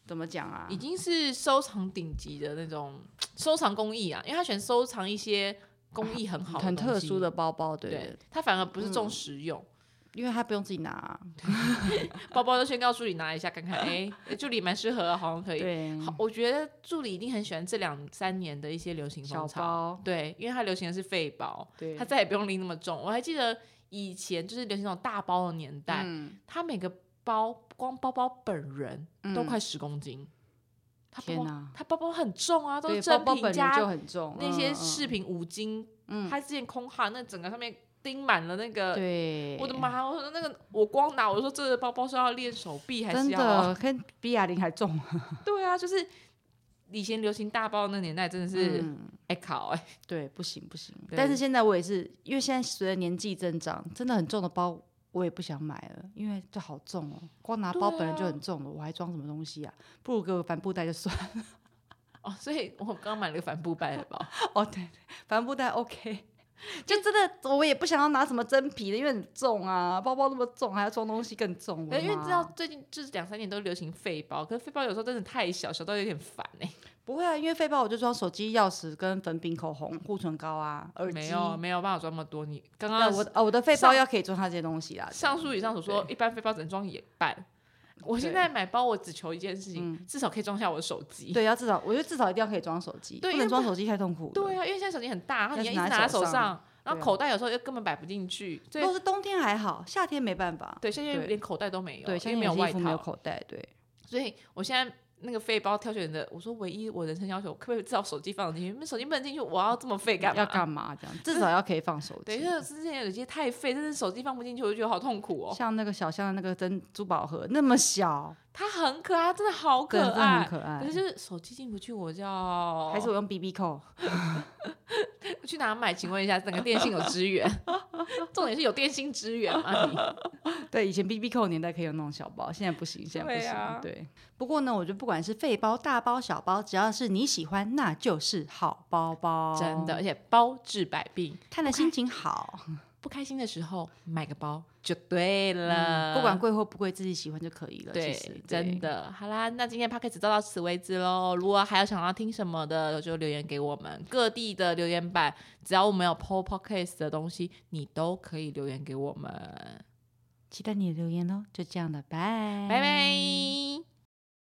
Speaker 2: 怎么讲啊
Speaker 3: 已经是收藏顶级的那种收藏工艺啊，因为他喜欢收藏一些工艺很好、
Speaker 2: 很特殊的，包包，对，嗯
Speaker 3: 对，他反而不是重实用，
Speaker 2: 因为她不用自己拿，
Speaker 3: 包包就宣告助理拿一下看看，哎、助理蛮适合，哦好像可以。
Speaker 2: 对，
Speaker 3: 好，我觉得助理一定很喜欢这两三年的一些流行
Speaker 2: 小
Speaker 3: 风潮，
Speaker 2: 包，
Speaker 3: 对，因为他流行的是废包，
Speaker 2: 对
Speaker 3: 他，再也不用拎那么重。我还记得以前就是流行那种大包的年代，
Speaker 2: 嗯，
Speaker 3: 他每个包光包包本人都
Speaker 2: 嗯
Speaker 3: 快十公斤，他包
Speaker 2: 天
Speaker 3: 包
Speaker 2: 哪
Speaker 3: 他包包很重啊，都
Speaker 2: 对，
Speaker 3: 是
Speaker 2: 包
Speaker 3: 正
Speaker 2: 包
Speaker 3: 品
Speaker 2: 本来就
Speaker 3: 加
Speaker 2: 很重，
Speaker 3: 那些
Speaker 2: 嗯
Speaker 3: 饰，品五金，
Speaker 2: 嗯，嗯
Speaker 3: 他之前空号那整个上面钉满了那个。
Speaker 2: 对，
Speaker 3: 我的妈！我说那个，我光拿，我说这个包包是要练手臂还
Speaker 2: 真
Speaker 3: 是要？啊
Speaker 2: 的跟比亚林还重，
Speaker 3: 对啊，就是以前流行大包那个年代，真的是
Speaker 2: 嗯
Speaker 3: 爱考哎。
Speaker 2: 对，不行不行。
Speaker 3: 对
Speaker 2: 但是现在我也是，因为现在随着年纪增长，真的很重的包我也不想买了，因为这好重哦，光拿包
Speaker 3: 对啊
Speaker 2: 本来就很重了，我还装什么东西啊？不如给我帆布袋就算了。
Speaker 3: 哦，所以我刚买了个帆布袋的包，
Speaker 2: 哦，对，帆布袋 OK。就 真的，我也不想要拿什么真皮的，因为很重啊，包包那么重，还要装东西更重。我的
Speaker 3: 哎因为
Speaker 2: 妈
Speaker 3: 知道最近就是两三年都流行废包，可是废包有时候真的太小，小到有点烦哎、
Speaker 2: 不会啊，因为背包我就装手机、钥匙、跟粉饼、口红、护唇膏啊、耳机。
Speaker 3: 没有没有办法装那么多。你刚
Speaker 2: 对
Speaker 3: 刚
Speaker 2: 我哦，我的背包
Speaker 3: 上
Speaker 2: 要可以装它这些东西啊啦。
Speaker 3: 上述以上所说，一般背包只能装一半。我现在买包，我只求一件事情，至少可以装下我的手机。
Speaker 2: 嗯对，要至少，我觉得至少一定要可以装手机，
Speaker 3: 对
Speaker 2: 不
Speaker 3: 因为
Speaker 2: 能
Speaker 3: 不
Speaker 2: 装手机太痛苦了。
Speaker 3: 对啊，因为现在手机很大，然后你
Speaker 2: 要
Speaker 3: 要一
Speaker 2: 是
Speaker 3: 直
Speaker 2: 拿
Speaker 3: 拿在
Speaker 2: 手
Speaker 3: 手
Speaker 2: 上
Speaker 3: 上，然后
Speaker 2: 对啊
Speaker 3: 口袋有时候又根本摆不进去。所
Speaker 2: 如果
Speaker 3: 以
Speaker 2: 是冬天还好，夏天没办法。
Speaker 3: 对，现在
Speaker 2: 对
Speaker 3: 连口袋都没有，
Speaker 2: 对，
Speaker 3: 因
Speaker 2: 夏
Speaker 3: 为
Speaker 2: 天
Speaker 3: 没有
Speaker 2: 我
Speaker 3: 外
Speaker 2: 是衣服没有
Speaker 3: 套。
Speaker 2: 口袋，对，
Speaker 3: 所以我现在那个废包挑选的，我说唯一我人生要求，我可不可以至少手机放进去？因为手机不能进去，我要这么废干嘛？
Speaker 2: 要干嘛这样？至少要可以放手
Speaker 3: 对，
Speaker 2: 机
Speaker 3: 因。为之前有些太废，真是手机放不进去，我就觉得好痛苦哦。
Speaker 2: 像那个小象的那个珍珠宝盒那么小，
Speaker 3: 它很可爱，真的好可
Speaker 2: 对真的很
Speaker 3: 爱。
Speaker 2: 可爱
Speaker 3: 可是。就是手机进不去，我就要
Speaker 2: 还是我用 BB 扣，
Speaker 3: 去哪买？请问一下，整个电信有支援？ 重点是有电信支援吗？你
Speaker 2: 对，以前 BB 扣年代可以用那种小包，现在不行，现在不
Speaker 3: 对
Speaker 2: 行。
Speaker 3: 啊
Speaker 2: 对，不过呢，我觉得不管是废包、大包、小包，只要是你喜欢，那就是好包包。
Speaker 3: 真的，而，且包治百病。
Speaker 2: 看了心情好，
Speaker 3: 不开心的时候买个包就对
Speaker 2: 嗯
Speaker 3: 了，
Speaker 2: 不管贵或不贵，自己喜欢就可以了。
Speaker 3: 对
Speaker 2: 其实，
Speaker 3: 真。的。好啦，那今天 p o c k e t 就到此为止喽。如果还有想要听什么的，就留言给我们各地的留言板，只要我们有 PO p o c k e t 的东西，你都可以留言给我们。
Speaker 2: 期待你的留言哦。就这样了，拜
Speaker 3: 拜拜。